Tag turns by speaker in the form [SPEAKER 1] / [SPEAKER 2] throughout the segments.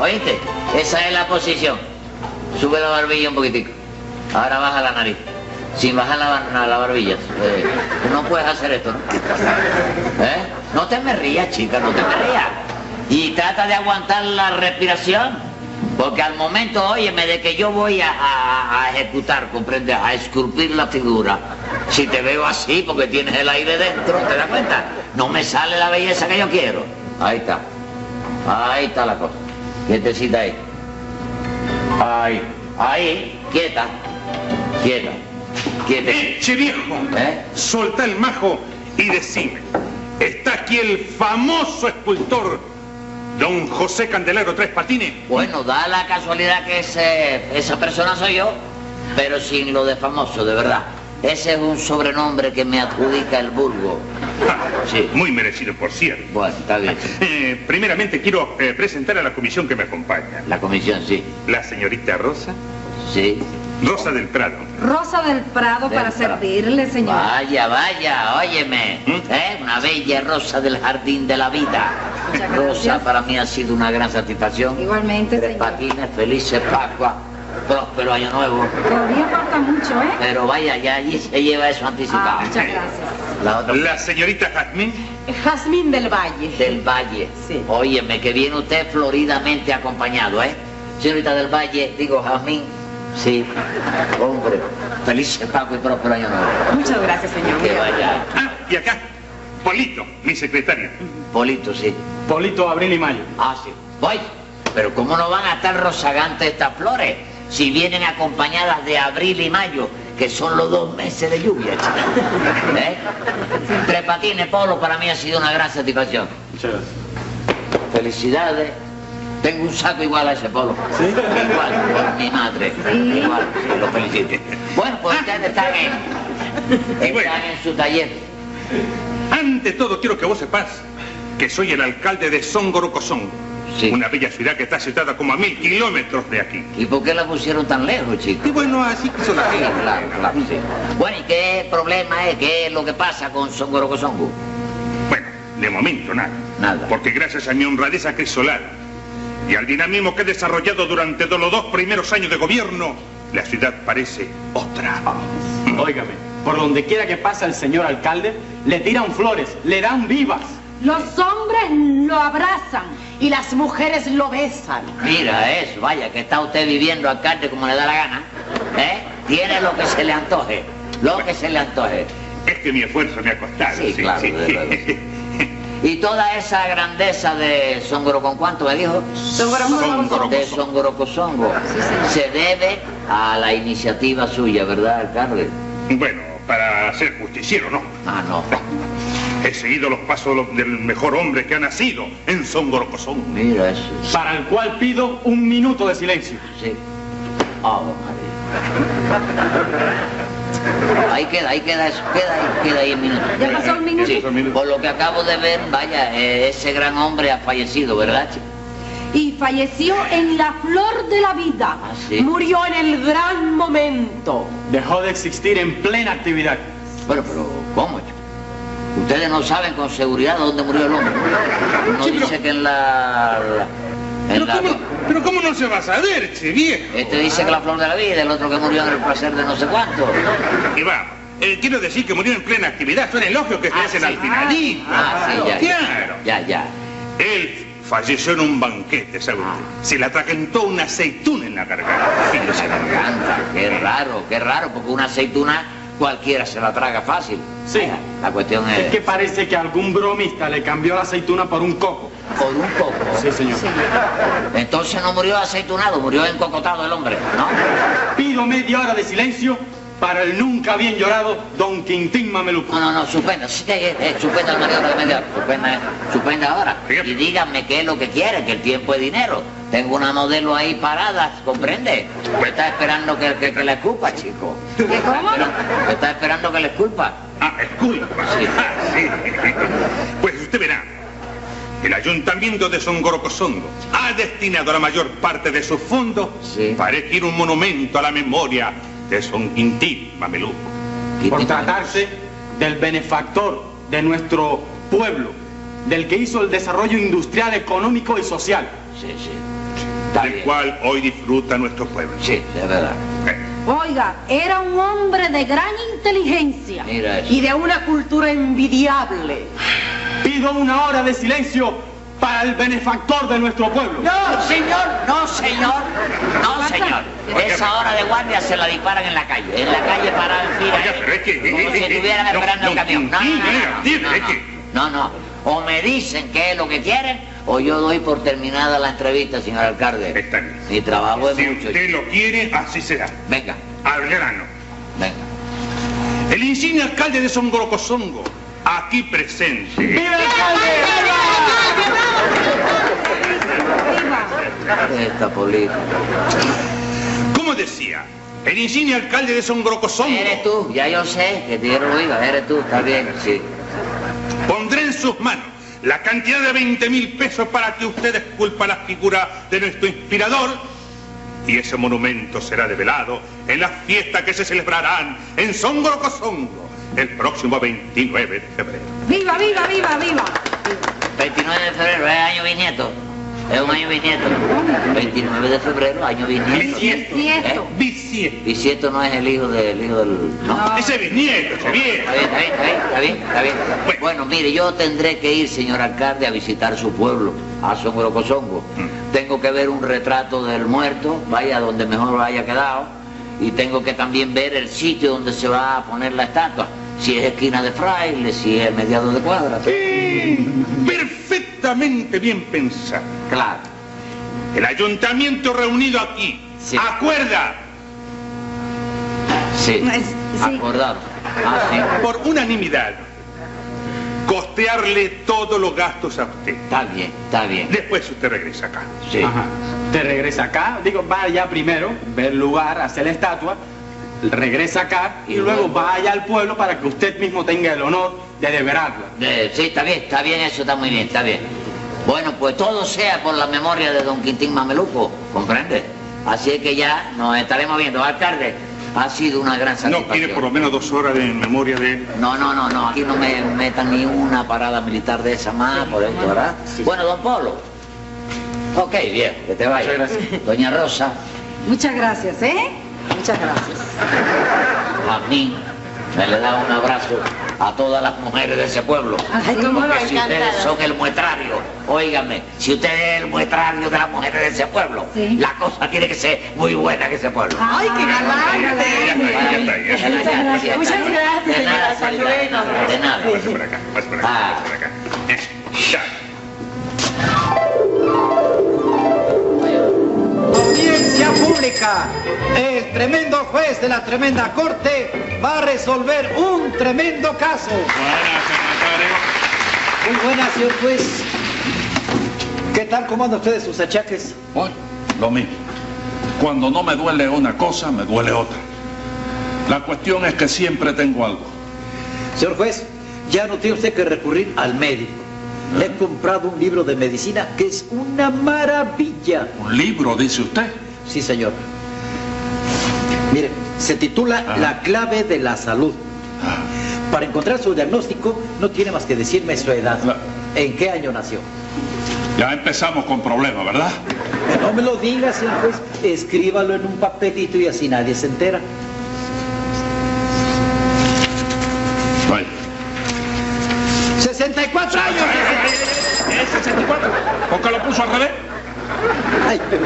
[SPEAKER 1] ¿Oíste? Esa es la posición. Sube la barbilla un poquitico. Ahora baja la nariz. Sin bajar la, bar- la- la barbilla. eh, tú no puedes hacer esto, ¿no? ¿Eh? No te me rías, chica, no te me rías. Y trata de aguantar la respiración. Porque al momento, óyeme, de que yo voy a, a- a ejecutar, ¿comprendes? A esculpir la figura. Si te veo así, porque tienes el aire dentro, ¿te das cuenta? No me sale la belleza que yo quiero. Ahí está. Ahí está la cosa. Quietecita ahí. Ahí. Ahí. Quieta. Quieta. Quieta.
[SPEAKER 2] Eh, che viejo,
[SPEAKER 1] ¿Eh?
[SPEAKER 2] soltá el majo y decime, ¿está aquí el famoso escultor don José Candelero Tres Patines?
[SPEAKER 1] Bueno, da la casualidad que ese- esa persona soy yo, pero sin lo de famoso, de verdad. Ese es un sobrenombre que me adjudica el vulgo.
[SPEAKER 2] Ah,
[SPEAKER 1] Sí.
[SPEAKER 2] Muy merecido, por cierto.
[SPEAKER 1] Bueno, está bien.
[SPEAKER 2] Eh, primeramente quiero eh, presentar a la comisión que me acompaña.
[SPEAKER 1] La comisión, sí.
[SPEAKER 2] La señorita Rosa.
[SPEAKER 1] Sí.
[SPEAKER 2] Rosa del Prado.
[SPEAKER 3] Rosa del Prado
[SPEAKER 1] Del
[SPEAKER 3] para
[SPEAKER 1] Prado.
[SPEAKER 3] servirle, señor.
[SPEAKER 1] Vaya, vaya, óyeme.
[SPEAKER 2] ¿Mm?
[SPEAKER 1] ¿eh? Una bella rosa del jardín de la vida.
[SPEAKER 3] Muchas
[SPEAKER 1] Rosa
[SPEAKER 3] gracias.
[SPEAKER 1] para mí ha sido una gran satisfacción.
[SPEAKER 3] Igualmente,
[SPEAKER 1] Tres
[SPEAKER 3] señor.
[SPEAKER 1] patines, felices Pascua, próspero año nuevo.
[SPEAKER 3] Todavía falta mucho, ¿eh?
[SPEAKER 1] Pero vaya, ya allí se lleva eso anticipado.
[SPEAKER 3] Ah, muchas gracias.
[SPEAKER 1] La otra
[SPEAKER 2] La señorita Jazmín.
[SPEAKER 4] Eh, Jazmín del Valle.
[SPEAKER 1] del Valle.
[SPEAKER 4] Sí.
[SPEAKER 1] Óyeme, que viene usted floridamente acompañado, ¿eh? Señorita del Valle, digo Jazmín. Sí, hombre, feliz Paco y próspero año nuevo.
[SPEAKER 4] Muchas gracias, señor.
[SPEAKER 1] Que vaya.
[SPEAKER 2] Ah, y acá, Polito, mi secretario.
[SPEAKER 1] Polito, sí.
[SPEAKER 5] Polito, abril y mayo.
[SPEAKER 1] Ah, sí. Voy. Pero ¿cómo no van a estar rozagantes estas flores si vienen acompañadas de abril y mayo, que son los dos meses de lluvia, chica? ¿Eh? Tres patines, Polo, para mí ha sido una gran satisfacción.
[SPEAKER 5] Muchas gracias.
[SPEAKER 1] Felicidades. Tengo un saco igual a ese polo.
[SPEAKER 5] ¿Sí?
[SPEAKER 1] Igual, por mi madre.
[SPEAKER 3] Sí.
[SPEAKER 1] Igual, sí, lo felicito. Bueno, pues ustedes están en,
[SPEAKER 2] Y bueno.
[SPEAKER 1] están en su taller.
[SPEAKER 2] Ante todo, quiero que vos sepas que soy el alcalde de Songorocosongo.
[SPEAKER 1] Sí.
[SPEAKER 2] Una bella ciudad que está situada como a mil kilómetros de aquí.
[SPEAKER 1] ¿Y por qué la pusieron tan lejos, chicos?
[SPEAKER 2] Y bueno, así que son
[SPEAKER 1] Sí,
[SPEAKER 2] las
[SPEAKER 1] claro, claro, sí. Bueno, ¿y qué problema es? ¿Qué es lo que pasa con Songorocosongo?
[SPEAKER 2] Bueno, de momento nada.
[SPEAKER 1] Nada.
[SPEAKER 2] Porque gracias a mi honradez acrisolada y al dinamismo que he desarrollado durante los dos primeros años de gobierno, la ciudad parece otra.
[SPEAKER 1] Ah.
[SPEAKER 5] Óigame, por donde quiera que pasa el señor alcalde, le tiran flores, le dan vivas.
[SPEAKER 3] Los hombres lo abrazan.
[SPEAKER 4] Y las mujeres lo besan.
[SPEAKER 1] Mira eso, vaya, que está usted viviendo alcalde como le da la gana. ¿Eh? Tiene lo que se le antoje. Lo que se le antoje.
[SPEAKER 2] Es que mi esfuerzo me ha costado.
[SPEAKER 1] Sí, claro, desde luego. Y toda esa grandeza de Songoro, ¿con cuánto me dijo?
[SPEAKER 2] Songorocosongo.
[SPEAKER 1] De Songorocosongo. Se debe a la iniciativa suya, ¿verdad, alcalde?
[SPEAKER 2] Bueno, para ser justiciero, ¿no?
[SPEAKER 1] Ah, no.
[SPEAKER 2] He seguido los pasos lo- del mejor hombre que ha nacido en Songorocosón.
[SPEAKER 1] Mira eso.
[SPEAKER 5] Para el cual pido un minuto de silencio.
[SPEAKER 1] Sí. Oh, Ave María. Ahí queda, ahí queda eso, queda ahí, queda ahí el minuto.
[SPEAKER 3] Ya pasó un minuto.
[SPEAKER 1] Sí, por lo que acabo de ver, vaya, eh, ese gran hombre ha fallecido, ¿verdad? chico?
[SPEAKER 3] Y falleció en la flor de la vida.
[SPEAKER 1] Ah, sí.
[SPEAKER 4] Murió en el gran momento.
[SPEAKER 5] Dejó de existir en plena actividad.
[SPEAKER 1] Bueno, pero ¿cómo? chico? Ustedes no saben con seguridad dónde murió el hombre. Uno
[SPEAKER 2] Sí, pero-
[SPEAKER 1] dice que en la... la- en
[SPEAKER 2] Pero
[SPEAKER 1] la-
[SPEAKER 2] cómo, pero cómo no se va a saber, che viejo.
[SPEAKER 1] Este dice que la flor de la vida, el otro que murió en el placer de no sé cuánto.
[SPEAKER 2] Y va, eh, quiero decir que murió en plena actividad. Son elogios que se
[SPEAKER 1] Ah,
[SPEAKER 2] hacen
[SPEAKER 1] sí.
[SPEAKER 2] al finalito.
[SPEAKER 1] Ah, sí, ya, ya.
[SPEAKER 2] Claro.
[SPEAKER 1] Ya, ya.
[SPEAKER 2] Él falleció en un banquete, ¿sabe
[SPEAKER 1] Ah.
[SPEAKER 2] usted? Se le atragentó una aceituna en la garganta. Fíjese.
[SPEAKER 1] Garganta, qué raro, qué raro, porque una aceituna cualquiera se la traga fácil.
[SPEAKER 5] Sí.
[SPEAKER 1] La cuestión
[SPEAKER 5] Es
[SPEAKER 1] es...
[SPEAKER 5] que parece que algún bromista le cambió la aceituna por un coco.
[SPEAKER 1] Con un poco.
[SPEAKER 5] Sí, señor.
[SPEAKER 1] Entonces no murió aceitunado, murió encocotado el hombre, ¿no?
[SPEAKER 5] Pido media hora de silencio para el nunca bien llorado don Quintín Mameluco.
[SPEAKER 1] No, no, no, suspenda, sí, eh, eh, suspenda el maniobra de media hora, suspenda, eh, suspenda ahora.
[SPEAKER 2] Sí.
[SPEAKER 1] Y díganme qué es lo que quiere, que el tiempo es dinero. Tengo una modelo ahí parada, ¿comprende? Me está esperando que, que, que la esculpa, chico.
[SPEAKER 3] ¿Qué, cómo?
[SPEAKER 1] Me está esperando que la esculpa.
[SPEAKER 2] Ah, es culpa.
[SPEAKER 1] Sí.
[SPEAKER 2] Ah, sí. Pues usted verá. El ayuntamiento de Songorocosongo ha destinado la mayor parte de sus fondos
[SPEAKER 1] Sí.
[SPEAKER 2] para erigir un monumento a la memoria de Son Quintín Mameluco.
[SPEAKER 5] Por tratarse del benefactor de nuestro pueblo, del que hizo el desarrollo industrial, económico y social.
[SPEAKER 1] Sí, sí. Está
[SPEAKER 2] del
[SPEAKER 1] bien.
[SPEAKER 2] cual hoy disfruta nuestro pueblo.
[SPEAKER 1] Sí, es verdad.
[SPEAKER 2] Eh,
[SPEAKER 3] Oiga, era un hombre de gran inteligencia.
[SPEAKER 1] Mira eso.
[SPEAKER 4] y de una cultura envidiable.
[SPEAKER 5] Pido una hora de silencio para el benefactor de nuestro pueblo.
[SPEAKER 1] No, señor, no, señor, no, señor. Esa hora de guardia se la disparan en la calle. En la calle parada en fila.
[SPEAKER 2] Oiga,
[SPEAKER 1] eh,
[SPEAKER 2] pero es que-
[SPEAKER 1] Como
[SPEAKER 2] eh,
[SPEAKER 1] si
[SPEAKER 2] eh, eh,
[SPEAKER 1] estuvieran
[SPEAKER 2] no,
[SPEAKER 1] esperando el
[SPEAKER 2] no,
[SPEAKER 1] camión. No,
[SPEAKER 2] sí,
[SPEAKER 1] no,
[SPEAKER 2] mira, sí,
[SPEAKER 1] no, no,
[SPEAKER 2] es
[SPEAKER 1] no,
[SPEAKER 2] que-
[SPEAKER 1] no, no. O me dicen qué es lo que quieren, o yo doy por terminada la entrevista, señor alcalde.
[SPEAKER 2] Está bien.
[SPEAKER 1] Mi trabajo es
[SPEAKER 2] Si
[SPEAKER 1] mucho.
[SPEAKER 2] usted lo quiere, así será.
[SPEAKER 1] Venga,
[SPEAKER 2] Al grano.
[SPEAKER 1] venga.
[SPEAKER 2] El insigne alcalde de Songorocosongo, aquí presente.
[SPEAKER 5] ¡Viva el alcalde!
[SPEAKER 1] Esta política.
[SPEAKER 2] Como decía, el insigne alcalde de
[SPEAKER 1] Eres
[SPEAKER 2] Songorocosongo
[SPEAKER 1] tú, ya yo sé que te dieron oído, eres tú, está bien, sí.
[SPEAKER 2] pondrá en sus manos la cantidad de 20 mil pesos para que usted esculpa la figura de nuestro inspirador. Y ese monumento será develado en las fiestas que se celebrarán en Songorocosongo el próximo 29 de febrero.
[SPEAKER 3] Viva, viva, viva, viva.
[SPEAKER 1] 29 de febrero es año bisnieto. Es un año bisnieto. 29 de febrero, año bisnieto.
[SPEAKER 2] Bisiesto.
[SPEAKER 1] ¿eh?
[SPEAKER 3] Bisnieto.
[SPEAKER 2] Bisiesto.
[SPEAKER 1] Bisnieto no es el hijo del hijo del. No.
[SPEAKER 3] No.
[SPEAKER 2] Ese bisnieto, ese bien.
[SPEAKER 1] Está bien, está bien, está bien, está bien, está bien. Bueno, mire, yo tendré que ir, señor alcalde, a visitar su pueblo, a Songorocosongo. Tengo que ver un retrato del muerto, vaya donde mejor lo haya quedado, y tengo que también ver el sitio donde se va a poner la estatua, si es esquina de fraile, si es mediado de cuadra.
[SPEAKER 2] Sí, perfectamente bien pensado.
[SPEAKER 1] Claro.
[SPEAKER 2] El ayuntamiento reunido aquí
[SPEAKER 1] Sí.
[SPEAKER 2] acuerda
[SPEAKER 1] Sí,
[SPEAKER 3] Es- sí.
[SPEAKER 1] acordado. Ah, sí.
[SPEAKER 2] por unanimidad costearle todos los gastos a usted.
[SPEAKER 1] Está bien, está bien.
[SPEAKER 2] Después usted regresa acá.
[SPEAKER 1] Sí.
[SPEAKER 5] Ajá. Te regresa acá, digo, vaya primero, ver el lugar, hacer la estatua, regresa acá y,
[SPEAKER 1] Y
[SPEAKER 5] luego
[SPEAKER 1] luego-
[SPEAKER 5] vaya al pueblo para que usted mismo tenga el honor de deberarla.
[SPEAKER 1] Eh, sí, está bien, está bien, eso está muy bien, está bien. Bueno, pues todo sea por la memoria de don Quintín Mameluco, ¿comprende? Así es que ya nos estaremos viendo. Alcalde, ha sido una gran
[SPEAKER 2] No
[SPEAKER 1] satisfacción.
[SPEAKER 2] tiene por lo menos dos horas de memoria de...
[SPEAKER 1] No, no, no, no, aquí no me metan ni una parada militar de esa más por esto, ¿verdad? Bueno, don Polo. Ok, bien, que te vaya.
[SPEAKER 5] Muchas gracias.
[SPEAKER 1] Doña Rosa,
[SPEAKER 3] Muchas gracias, ¿eh? Muchas gracias.
[SPEAKER 1] a mí, me le da un abrazo a todas las mujeres de ese pueblo.
[SPEAKER 3] Ay, cómo lo
[SPEAKER 1] Porque si ustedes
[SPEAKER 3] encantado.
[SPEAKER 1] son el muestrario, óigame, si usted es el muestrario de las mujeres de ese pueblo,
[SPEAKER 3] Sí.
[SPEAKER 1] la cosa tiene que ser muy buena en ese pueblo.
[SPEAKER 3] Ay, qué galante.
[SPEAKER 2] ya está, ya está.
[SPEAKER 1] Muchas gracias.
[SPEAKER 3] Muchas gracias,
[SPEAKER 1] De nada,
[SPEAKER 3] señora
[SPEAKER 1] Sarita,
[SPEAKER 3] Sacrueno.
[SPEAKER 1] de nada.
[SPEAKER 2] Pase por acá, pase por acá,
[SPEAKER 1] Ah.
[SPEAKER 2] pase por acá. Eh, ya.
[SPEAKER 6] Audiencia pública. El tremendo juez de la tremenda corte va a resolver un tremendo caso.
[SPEAKER 2] Buenas, secretario.
[SPEAKER 6] Muy buenas, señor juez. ¿Qué tal? ¿Cómo andan ustedes sus achaques?
[SPEAKER 7] Hoy, lo mismo. Cuando no me duele una cosa, me duele otra. La cuestión es que siempre tengo algo.
[SPEAKER 6] Señor juez, ya no tiene usted que recurrir al médico. Le he comprado un libro de medicina que es una maravilla.
[SPEAKER 7] Un libro, dice usted.
[SPEAKER 6] Sí, señor. Mire, se titula
[SPEAKER 7] Ajá.
[SPEAKER 6] La clave de la salud. Para encontrar su diagnóstico no tiene más que decirme su edad.
[SPEAKER 7] La-
[SPEAKER 6] ¿En qué año nació?
[SPEAKER 7] Ya empezamos con problemas, ¿verdad?
[SPEAKER 6] No me lo digas, señor juez. Escríbalo en un papelito y así nadie se entera.
[SPEAKER 7] Vaya.
[SPEAKER 6] ¡64 años!
[SPEAKER 7] ¿Es 64? ¿Por qué lo puso al revés?
[SPEAKER 6] Ay, pero...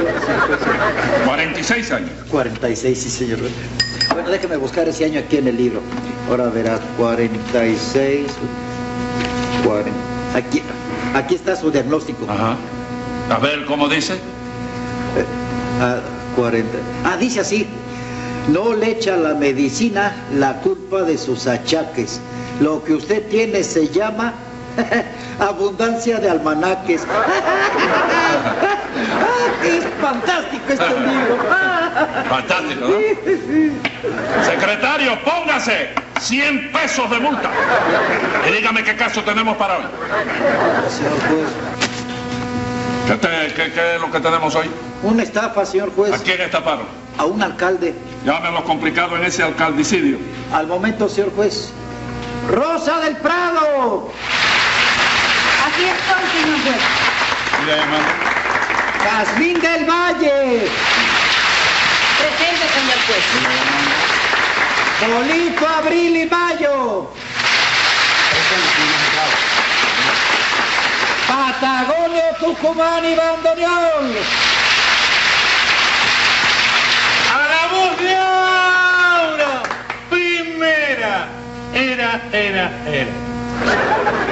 [SPEAKER 7] 46 años.
[SPEAKER 6] 46, sí, señor. Bueno, déjeme buscar ese año aquí en el libro. Ahora verás, 46... 40. Aquí, aquí está su diagnóstico.
[SPEAKER 2] Ah.
[SPEAKER 7] Ajá. A ver, ¿cómo dice?
[SPEAKER 6] Eh, ah, 40. Ah, dice así. No le echa la medicina la culpa de sus achaques. Lo que usted tiene se llama abundancia de almanaques. Ah, ¡Es fantástico este libro!
[SPEAKER 7] Fantástico, ¿no? Secretario, póngase 100 pesos de multa. Y dígame qué caso tenemos para hoy.
[SPEAKER 6] Señor juez,
[SPEAKER 7] ¿Qué, te- qué- qué es lo que tenemos hoy?
[SPEAKER 6] una estafa, señor juez,
[SPEAKER 7] ¿A quién estafaron?
[SPEAKER 6] a un alcalde.
[SPEAKER 7] Ya me lo complicado en ese alcaldicidio.
[SPEAKER 6] Al momento, señor juez. ¡Rosa del Prado!
[SPEAKER 3] Aquí estoy, señor juez.
[SPEAKER 7] Mira, hermano,
[SPEAKER 6] Jazmín del Valle,
[SPEAKER 8] Presente, señor juez.
[SPEAKER 6] Solito Abril y Mayo. Patagonio, Tucumán y Bandoneón.
[SPEAKER 9] A la voz de Aura. Primera. Era, era, era.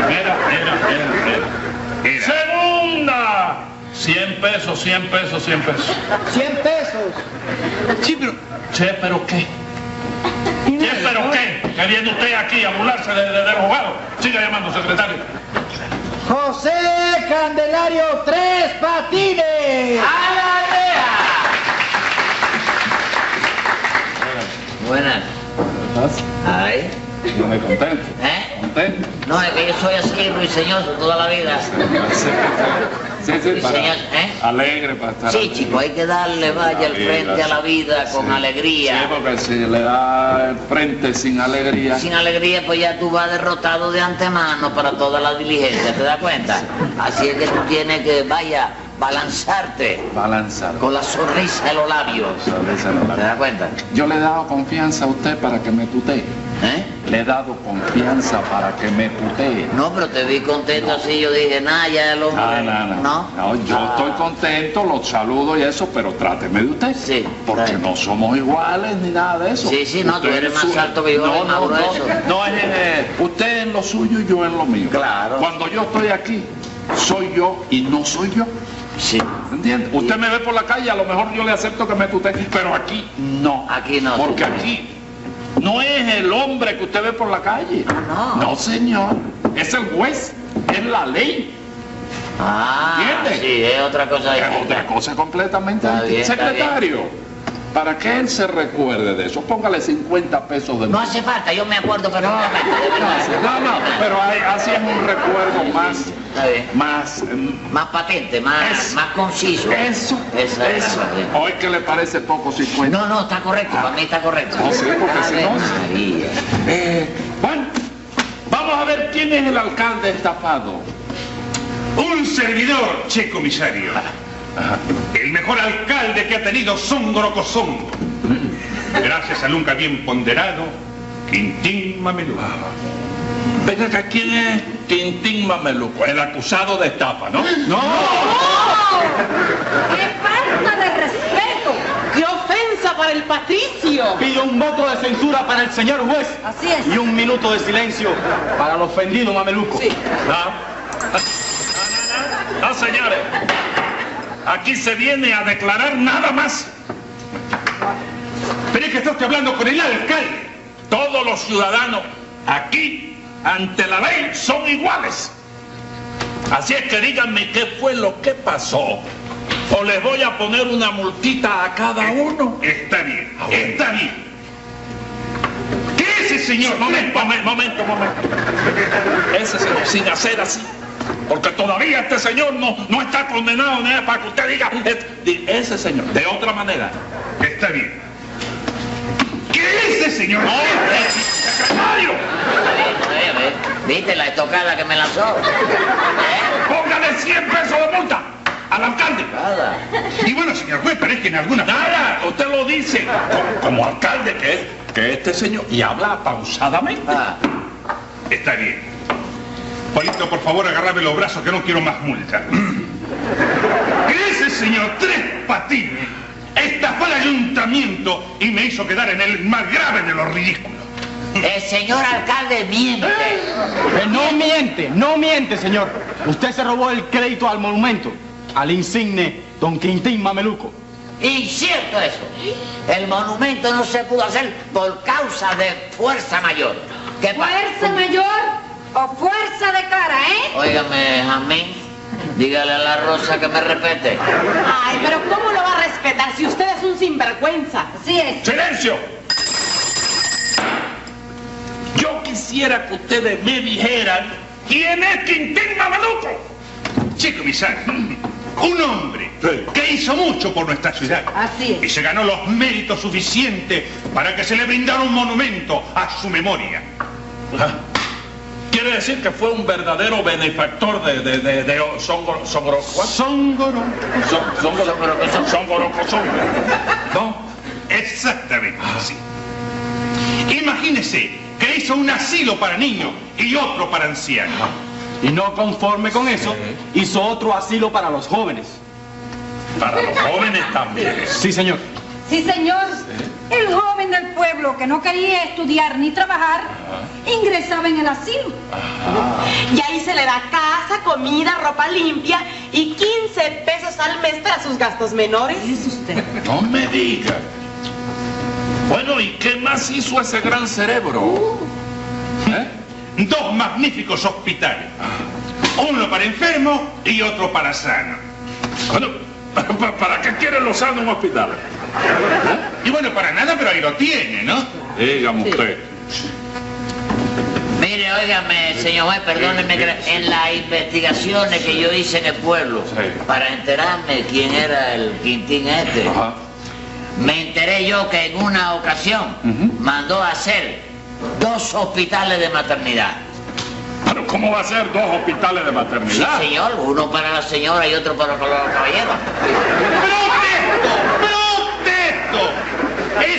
[SPEAKER 7] Era, era, era, era. Era.
[SPEAKER 9] Segunda. 100 pesos, 100 pesos, 100 pesos.
[SPEAKER 6] 100 pesos.
[SPEAKER 9] Sí, pero... Che, pero qué. Che, pero qué. Que viene usted aquí a burlarse de- de- del abogado. Siga llamando, secretario.
[SPEAKER 6] José Candelario, tres patines.
[SPEAKER 1] Buenas. Ay.
[SPEAKER 5] No me contento.
[SPEAKER 1] ¿Eh?
[SPEAKER 5] ¿Contento?
[SPEAKER 1] No, es que yo soy así, ruiseñoso, toda la vida.
[SPEAKER 5] Sí, sí, para-
[SPEAKER 1] Señor, ¿eh?
[SPEAKER 5] Alegre para estar.
[SPEAKER 1] Sí, chico, hay que darle vaya al
[SPEAKER 5] Sí,
[SPEAKER 1] frente a la vida con
[SPEAKER 5] sí. Sí,
[SPEAKER 1] alegría.
[SPEAKER 5] porque si le da el frente sin alegría.
[SPEAKER 1] Sin alegría, pues ya tú vas derrotado de antemano para toda la diligencia, ¿te das cuenta? Así es que tú tienes que, vaya, balanzarte
[SPEAKER 5] Balanza.
[SPEAKER 1] con la sonrisa en los labios.
[SPEAKER 5] Sonrisa en los labios.
[SPEAKER 1] ¿Te das cuenta?
[SPEAKER 5] Yo le he dado confianza a usted para que me tutee.
[SPEAKER 1] ¿Eh?
[SPEAKER 5] Le he dado confianza para que me tutee. Ah,
[SPEAKER 1] No, pero te vi contento así, yo dije, nada, ya el hombre...
[SPEAKER 5] No, no, no. No, yo
[SPEAKER 1] Ah,
[SPEAKER 5] estoy contento, los saludo y eso, pero tráteme de usted.
[SPEAKER 1] Sí,
[SPEAKER 5] Porque
[SPEAKER 1] está bien.
[SPEAKER 5] no somos iguales ni nada de eso.
[SPEAKER 1] Sí, sí, no, tú
[SPEAKER 5] Usted
[SPEAKER 1] eres
[SPEAKER 5] en
[SPEAKER 1] más alto que yo,
[SPEAKER 5] No,
[SPEAKER 1] eres más
[SPEAKER 5] no, no.
[SPEAKER 1] grueso.
[SPEAKER 5] No, es, eh, usted en lo suyo y yo en lo mío.
[SPEAKER 1] Claro.
[SPEAKER 5] Cuando yo estoy aquí, soy yo y no soy yo.
[SPEAKER 1] Sí.
[SPEAKER 5] ¿Entiende? Usted me ve por la calle, a lo mejor yo le acepto que me tutee, pero aquí no.
[SPEAKER 1] Aquí no.
[SPEAKER 5] Porque aquí no es el hombre que usted ve por la calle.
[SPEAKER 1] no.
[SPEAKER 5] No, señor. Es el juez, es la ley.
[SPEAKER 1] Ah,
[SPEAKER 5] ¿Entiendes?
[SPEAKER 1] sí, es otra cosa
[SPEAKER 5] Es
[SPEAKER 1] distinta.
[SPEAKER 5] otra cosa completamente
[SPEAKER 1] Está bien,
[SPEAKER 5] distinta.
[SPEAKER 1] está bien.
[SPEAKER 5] Secretario, para que él se recuerde de eso, póngale 50 pesos de
[SPEAKER 1] No hace falta, yo me acuerdo perfectamente, de verdad.
[SPEAKER 5] No, no, pero hay- así es un recuerdo más,
[SPEAKER 1] Está bien.
[SPEAKER 5] más, mm,
[SPEAKER 1] Más patente, más,
[SPEAKER 5] Eso.
[SPEAKER 1] más conciso.
[SPEAKER 5] eso,
[SPEAKER 1] Esa es la
[SPEAKER 5] eso.
[SPEAKER 1] cosa, sí.
[SPEAKER 5] Hoy que le parece poco 50.
[SPEAKER 1] No, no, está correcto, para mí está correcto.
[SPEAKER 5] No, sí, porque si
[SPEAKER 1] Ave
[SPEAKER 5] no, sí.
[SPEAKER 1] María.
[SPEAKER 5] Eh, bueno, vamos a ver quién es el alcalde estafado.
[SPEAKER 2] Un servidor, che comisario. El mejor alcalde que ha tenido Zongoro Cozongo.
[SPEAKER 7] Mm.
[SPEAKER 2] Gracias al nunca bien ponderado, Quintín Mameluco.
[SPEAKER 7] Venga acá, ¿quién Ah. es Tintín Mameluco? El acusado de estafa, ¿no?
[SPEAKER 3] ¡Qué falta de respeto!
[SPEAKER 4] ¡Qué ofensa para el patricio!
[SPEAKER 5] Pido un voto de censura para el señor juez
[SPEAKER 3] Así es.
[SPEAKER 5] un minuto de silencio para el ofendido mameluco.
[SPEAKER 7] No, ¿Ah? señores. Aquí se viene a declarar nada más.
[SPEAKER 2] Pero es que está usted hablando con el alcalde.
[SPEAKER 7] Todos los ciudadanos aquí, ante la ley, son iguales. Así es que díganme qué fue lo que pasó. O les voy a poner una multita a cada uno.
[SPEAKER 2] Está bien,
[SPEAKER 7] Ah, bueno.
[SPEAKER 2] está bien. ¿Qué es ese señor?
[SPEAKER 7] Momento, momen- momento, momento. Ese señor, sin hacer así. Porque todavía este señor no, no está condenado ni nada para que usted diga. "Es- di- Ese señor, de otra manera.
[SPEAKER 2] Está bien. ¿Qué es ese señor?
[SPEAKER 7] No,
[SPEAKER 2] pues.
[SPEAKER 7] es secretario.
[SPEAKER 1] Eh, eh, ¿Viste la estocada que me lanzó? ¿Eh?
[SPEAKER 7] Póngale 100 pesos de multa al alcalde.
[SPEAKER 1] Nada.
[SPEAKER 2] Y bueno, señor juez, pero es que en alguna...
[SPEAKER 7] Nada, usted lo dice co- como, alcalde que es, que este señor y habla pausadamente.
[SPEAKER 1] Ah,
[SPEAKER 2] Está bien. Polito, por favor, agárrame los brazos que no quiero más multa. ¿Qué es ese señor Tres Patines? Estafó al ayuntamiento y me hizo quedar en el más grave de los ridículos.
[SPEAKER 1] el señor alcalde miente.
[SPEAKER 5] Eh, no miente, no miente, señor. Usted se robó el crédito al monumento, al insigne Don Quintín Mameluco.
[SPEAKER 1] Incierto eso. El monumento no se pudo hacer por causa de fuerza mayor. ¿Qué pa-
[SPEAKER 3] ¿Fuerza mayor o fuerza de cara, eh?
[SPEAKER 1] Óigame, Jamín, dígale a la Rosa que me respete.
[SPEAKER 4] Ay, pero ¿cómo lo va a respetar si usted es un sinvergüenza?
[SPEAKER 3] Así es.
[SPEAKER 7] ¡Silencio! Yo quisiera que ustedes me dijeran quién es Quintín Mameluco.
[SPEAKER 2] Che, comisario, un hombre que hizo mucho por nuestra ciudad.
[SPEAKER 3] Así es.
[SPEAKER 2] Y se ganó los méritos suficientes para que se le brindara un monumento a su memoria.
[SPEAKER 7] Quiere
[SPEAKER 2] Ah. quiere decir que fue un verdadero benefactor de, de, de, de Songoro. Songoro.
[SPEAKER 5] Songoro.
[SPEAKER 2] Songoro. Ah.
[SPEAKER 10] ¿No? Exactamente así. Imagínese que hizo un asilo para niños y otro para ancianos.
[SPEAKER 2] Ah.
[SPEAKER 5] Y no conforme con eso, hizo otro asilo para los jóvenes.
[SPEAKER 2] Para los jóvenes también.
[SPEAKER 5] Sí, señor.
[SPEAKER 3] Sí, señor. El joven del pueblo que no quería estudiar ni trabajar ingresaba en el asilo.
[SPEAKER 4] Y ahí se le da casa, comida, ropa limpia y 15 pesos al mes para sus gastos menores.
[SPEAKER 11] Es usted.
[SPEAKER 2] No me diga. Bueno, ¿y qué más hizo ese gran cerebro?
[SPEAKER 10] ¿Eh? Dos magníficos hospitales. Uno para enfermos y otro para sanos.
[SPEAKER 2] Bueno, ¿pa- ¿para qué quiere los sanos un hospital?
[SPEAKER 10] ¿Eh? Y bueno, para nada, pero ahí lo tiene, ¿no?
[SPEAKER 2] Dígame usted.
[SPEAKER 1] Mire, óigame, señor juez, perdóneme, que en las investigaciones que yo hice en el pueblo,
[SPEAKER 2] Sí.
[SPEAKER 1] para enterarme quién era el Quintín este,
[SPEAKER 2] Ajá.
[SPEAKER 1] me enteré yo que en una ocasión mandó a hacer dos hospitales de maternidad.
[SPEAKER 2] Pero ¿cómo va a ser dos hospitales de
[SPEAKER 1] Sí,
[SPEAKER 2] maternidad?
[SPEAKER 1] señor, uno para la señora y otro para los caballeros.
[SPEAKER 10] ¡Protesto! ¡Protesto!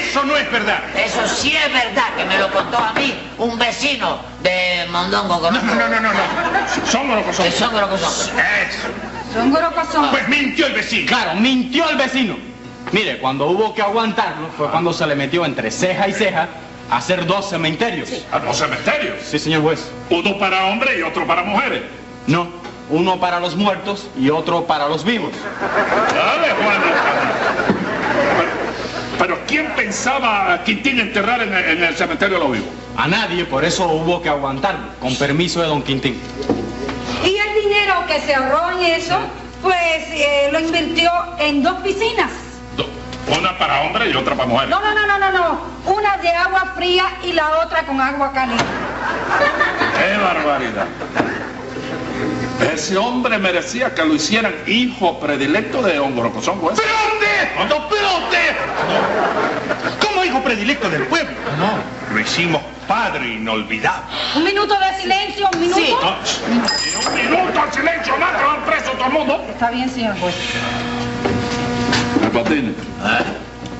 [SPEAKER 10] Eso no es verdad.
[SPEAKER 1] Eso sí es verdad, que me lo contó a mí un vecino de Mondongo.
[SPEAKER 10] No, no, no, no, no. no. Son los
[SPEAKER 1] De
[SPEAKER 10] cosas.
[SPEAKER 1] Songoro Cosongo.
[SPEAKER 10] Eso.
[SPEAKER 3] Son gorocosón.
[SPEAKER 10] Pues mintió el vecino.
[SPEAKER 5] Claro, mintió el vecino. Mire, cuando hubo que aguantarlo, fue cuando se le metió entre ceja y ceja a hacer dos cementerios.
[SPEAKER 2] A los cementerios.
[SPEAKER 5] Sí, señor juez.
[SPEAKER 2] Uno para hombres y otro para mujeres.
[SPEAKER 5] No, uno para los muertos y otro para los vivos.
[SPEAKER 2] Dale, Juan. Pero, pero ¿quién pensaba a Quintín enterrar en el, en el cementerio de los vivos?
[SPEAKER 5] A nadie, por eso hubo que aguantarlo, con permiso de don Quintín.
[SPEAKER 3] Y el dinero que se ahorró en eso, pues eh, lo invirtió en dos piscinas.
[SPEAKER 2] Do- Una para hombres y otra para mujeres.
[SPEAKER 3] No, no, no, no, no, no. Una de agua fría y la otra con agua caliente.
[SPEAKER 2] ¡Qué barbaridad! Ese hombre merecía que lo hicieran hijo predilecto de Hongorocosongo. ¿eh?
[SPEAKER 10] ¡Protesto! ¡Protesto! Como hijo predilecto del pueblo. No. Lo hicimos padre inolvidable.
[SPEAKER 3] Un minuto de silencio, un minuto.
[SPEAKER 11] Sí.
[SPEAKER 2] Ah. Y un minuto de silencio más que van preso todo el mundo.
[SPEAKER 3] Está bien, señor juez.
[SPEAKER 2] Patine, ¿Eh?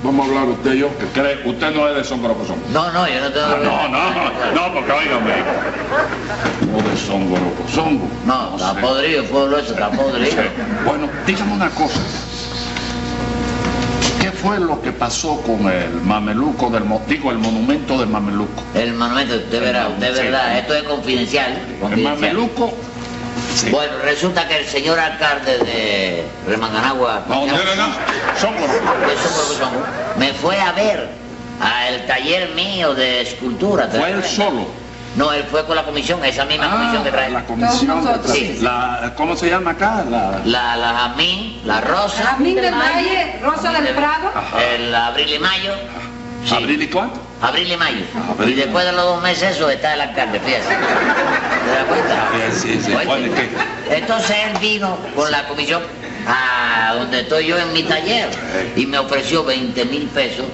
[SPEAKER 2] vamos a hablar usted y yo. que cree? Usted no es de Hongorocosongo.
[SPEAKER 1] No, no, yo no tengo...
[SPEAKER 2] No, Ah, no, no, no, porque óigame. No de Hongorocosongo.
[SPEAKER 1] No, está
[SPEAKER 2] sé.
[SPEAKER 1] podrido el pueblo eso, está podrido.
[SPEAKER 2] Bueno, dígame una cosa. ¿Qué fue lo que pasó con el mameluco del mo- digo, el monumento del mameluco?
[SPEAKER 1] El monumento, usted verá, usted
[SPEAKER 2] Sí.
[SPEAKER 1] verá, esto es confidencial.
[SPEAKER 2] El
[SPEAKER 1] confidencial.
[SPEAKER 2] mameluco. Sí.
[SPEAKER 1] Bueno, resulta que el señor alcalde de Remanganagua,
[SPEAKER 2] No, no,
[SPEAKER 1] de
[SPEAKER 2] no, no. Son gorocos.
[SPEAKER 1] Socorro, me fue a ver al taller mío de escultura. ¿te
[SPEAKER 2] Fue él
[SPEAKER 1] acuerdas?
[SPEAKER 2] solo.
[SPEAKER 1] No, él fue con la comisión, esa misma comisión que trae.
[SPEAKER 2] Ah, la comisión. de tra-
[SPEAKER 3] nosotros,
[SPEAKER 1] sí.
[SPEAKER 2] La, ¿Cómo se llama acá? La,
[SPEAKER 1] La, la Jamín, la Rosa,
[SPEAKER 3] Jazmín del Valle, Rosa del Prado.
[SPEAKER 1] el Abril y Mayo. sí,
[SPEAKER 2] ¿Abril y cuánto?
[SPEAKER 1] Abril y Mayo.
[SPEAKER 2] Abril.
[SPEAKER 1] Y después de los dos meses eso está el alcalde, fíjate. ¿Te das cuenta?
[SPEAKER 2] Eh, Sí, sí, sí.
[SPEAKER 1] Oíste.
[SPEAKER 2] Bueno, ¿y qué?
[SPEAKER 1] Entonces él vino con la comisión a donde estoy yo en mi taller y me ofreció 20 mil pesos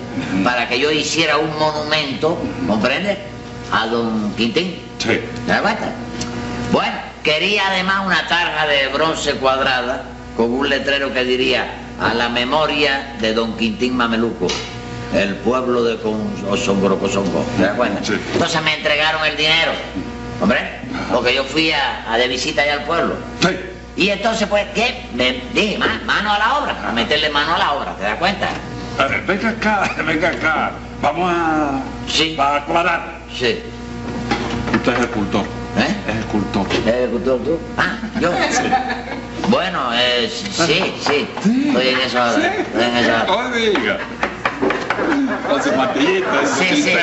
[SPEAKER 1] para que yo hiciera un monumento, ¿comprendes? A don Quintín.
[SPEAKER 2] Sí.
[SPEAKER 1] ¿Te das cuenta? Bueno, quería además una tarja de bronce cuadrada con un letrero que diría a la memoria de don Quintín Mameluco, el pueblo de Songrocosongo. ¿Te das cuenta?
[SPEAKER 2] Sí.
[SPEAKER 1] Entonces me entregaron el dinero, hombre, porque yo fui a, a de visita allá al pueblo.
[SPEAKER 2] Sí.
[SPEAKER 1] Y entonces, pues, ¿qué? Me dije, "Ma- mano a la obra, a meterle mano a la obra, ¿te das cuenta?
[SPEAKER 2] A ver, venga acá, venga acá. Vamos a.
[SPEAKER 1] Sí.
[SPEAKER 2] A aclarar.
[SPEAKER 1] Sí.
[SPEAKER 2] Usted es escultor.
[SPEAKER 1] ¿Eh?
[SPEAKER 2] Es escultor.
[SPEAKER 1] ¿Ejecutor tú? Ah, yo. Bueno, eh, sí, sí. Estoy en eso ahora. Estoy en eso ahora.
[SPEAKER 2] Oiga. Con su patillita.
[SPEAKER 1] Sí, sí. Sí,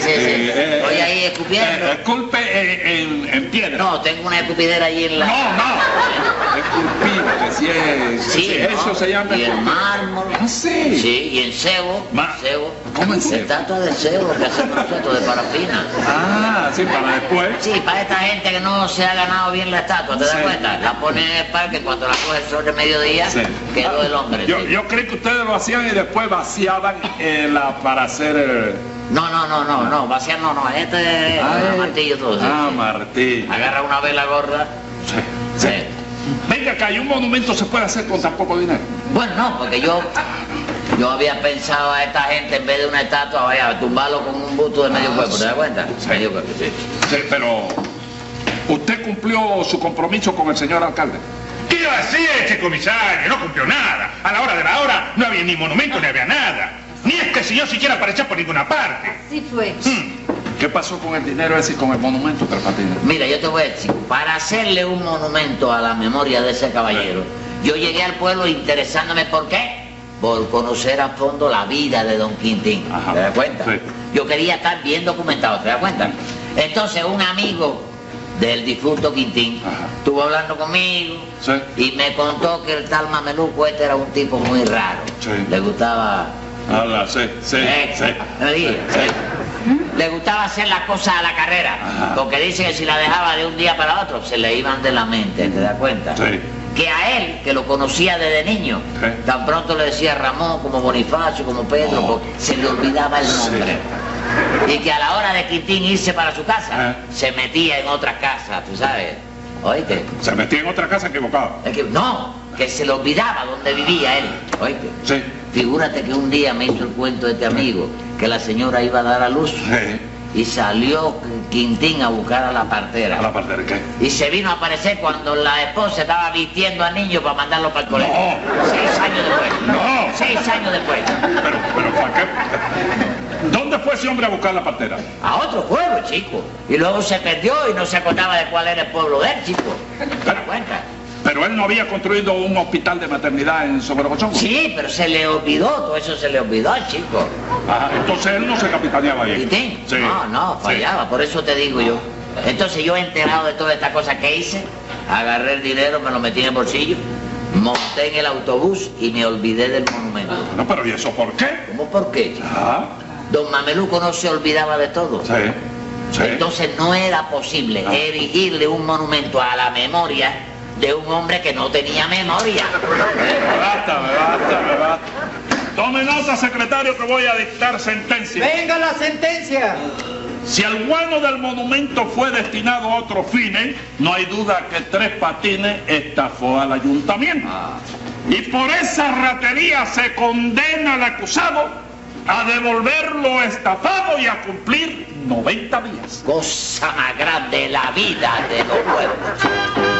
[SPEAKER 1] sí, sí.
[SPEAKER 2] eh,
[SPEAKER 1] Estoy ahí escupiendo.
[SPEAKER 2] Esculpe eh, en, en piedra.
[SPEAKER 1] No, tengo una escupidera ahí en la.
[SPEAKER 2] no. no. Esculpir, si es.
[SPEAKER 1] Sí,
[SPEAKER 2] si
[SPEAKER 1] ¿no?
[SPEAKER 2] Eso se llama.
[SPEAKER 1] Y en
[SPEAKER 2] esculpir.
[SPEAKER 1] mármol.
[SPEAKER 2] Ah, sí.
[SPEAKER 1] Sí, y en cebo.
[SPEAKER 2] Ma-
[SPEAKER 1] cebo.
[SPEAKER 2] ¿Cómo en cebo?
[SPEAKER 1] Estatua de cebo que hacemos nosotros de parafina.
[SPEAKER 2] Ah, sí, para después.
[SPEAKER 1] Sí, para esta gente que no se ha ganado bien la estatua, ¿te das
[SPEAKER 2] Sí.
[SPEAKER 1] cuenta? La ponen en el parque cuando la coge el sol de mediodía,
[SPEAKER 2] Sí.
[SPEAKER 1] quedó el hombre.
[SPEAKER 2] Yo,
[SPEAKER 1] sí.
[SPEAKER 2] yo creí que ustedes lo hacían y después vaciaban eh, la, para hacer eh,
[SPEAKER 1] No, no, no, no, no, vaciar no, no, este es
[SPEAKER 7] Ah,
[SPEAKER 1] a
[SPEAKER 7] eh.
[SPEAKER 1] martillo todo. sí,
[SPEAKER 7] Ah,
[SPEAKER 1] sí.
[SPEAKER 7] Martín.
[SPEAKER 1] Agarra una vela gorda. Sí.
[SPEAKER 9] Venga acá, ¿y un monumento se puede hacer con tan poco dinero?
[SPEAKER 1] Bueno, no, porque yo, yo había pensado a esta gente en vez de una estatua, vaya, a tumbarlo con un busto de medio cuerpo, ¿te das cuenta? Medio cuerpo, sí.
[SPEAKER 9] Sí, pero usted cumplió su compromiso con el señor alcalde.
[SPEAKER 2] ¿Qué iba a hacer este comisario? No cumplió nada. A la hora de la hora no había ni monumento ni había nada. Ni este señor siquiera aparecía por ninguna parte.
[SPEAKER 3] Así fue.
[SPEAKER 9] ¿Qué pasó con el dinero ese y con el monumento, Tres Patines?
[SPEAKER 1] Mira, yo te voy a decir, para hacerle un monumento a la memoria de ese caballero, yo llegué al pueblo interesándome por qué. Por conocer a fondo la vida de Don Quintín.
[SPEAKER 9] Ajá.
[SPEAKER 1] ¿Te das cuenta?
[SPEAKER 9] Sí.
[SPEAKER 1] Yo quería estar bien documentado, ¿te das cuenta? Entonces un amigo del difunto Quintín
[SPEAKER 9] Ajá.
[SPEAKER 1] estuvo hablando conmigo
[SPEAKER 9] Sí.
[SPEAKER 1] y me contó que el tal Mameluco este era un tipo muy raro.
[SPEAKER 9] Sí.
[SPEAKER 1] Le gustaba
[SPEAKER 9] Habla, sí, sí,
[SPEAKER 1] eh,
[SPEAKER 9] sí.
[SPEAKER 1] no diga,
[SPEAKER 9] sí.
[SPEAKER 1] eh. Le gustaba hacer las cosas a la carrera,
[SPEAKER 9] Ajá.
[SPEAKER 1] porque dice que si la dejaba de un día para otro, se le iban de la mente, ¿te das cuenta?
[SPEAKER 9] Sí.
[SPEAKER 1] Que a él, que lo conocía desde niño,
[SPEAKER 9] Sí.
[SPEAKER 1] tan pronto le decía Ramón, como Bonifacio, como Pedro,
[SPEAKER 9] Oh.
[SPEAKER 1] porque se le olvidaba el nombre. Y que a la hora de Quintín irse para su casa,
[SPEAKER 9] Ah.
[SPEAKER 1] se metía en otras casas, ¿tú sabes? ¿Oíste?
[SPEAKER 9] Se metió en otra casa equivocada.
[SPEAKER 1] Es que- no, que se le olvidaba dónde vivía él, ¿oíste?
[SPEAKER 9] Sí.
[SPEAKER 1] Figúrate que un día me hizo el cuento de este amigo que la señora iba a dar a luz
[SPEAKER 9] Sí.
[SPEAKER 1] y salió Quintín a buscar a la partera.
[SPEAKER 9] ¿A la parte de qué?
[SPEAKER 1] Y se vino a aparecer cuando la esposa estaba vistiendo al niño para mandarlo para el colegio.
[SPEAKER 9] No.
[SPEAKER 1] Seis años después.
[SPEAKER 9] No.
[SPEAKER 1] Seis años después.
[SPEAKER 9] Pero, pero, ¿para qué? ¿Dónde fue ese hombre a buscar la partera?
[SPEAKER 1] A otro pueblo, chico. Y luego se perdió y no se acordaba de cuál era el pueblo de él, chico. ¿Te das cuenta?
[SPEAKER 9] Pero él no había construido un hospital de maternidad en Sobregochón.
[SPEAKER 1] Sí, pero se le olvidó, todo eso se le olvidó, chico.
[SPEAKER 9] Ajá, entonces él no se capitaneaba bien.
[SPEAKER 1] ¿Viste? No, no, fallaba, por eso te digo yo. Entonces yo enterado de toda esta cosa que hice, agarré el dinero, me lo metí en el bolsillo, monté en el autobús y me olvidé del monumento.
[SPEAKER 9] No, pero ¿y eso por qué?
[SPEAKER 1] ¿Cómo por qué? chico?
[SPEAKER 9] Ah,
[SPEAKER 1] Don Mameluco no se olvidaba de todo.
[SPEAKER 9] sí, sí.
[SPEAKER 1] Entonces no era posible
[SPEAKER 9] Ah.
[SPEAKER 1] erigirle un monumento a la memoria de un hombre que no tenía memoria.
[SPEAKER 9] Me basta, me basta, me basta.
[SPEAKER 2] Tome nota, secretario, que voy a dictar sentencia.
[SPEAKER 6] ¡Venga la sentencia!
[SPEAKER 2] Si el guano del monumento fue destinado a otros fines,
[SPEAKER 9] No hay duda que Tres Patines estafó al ayuntamiento.
[SPEAKER 2] y por esa ratería se condena al acusado a devolver lo estafado y a cumplir
[SPEAKER 9] 90 días.
[SPEAKER 1] Cosa más grande de la vida de los pueblos.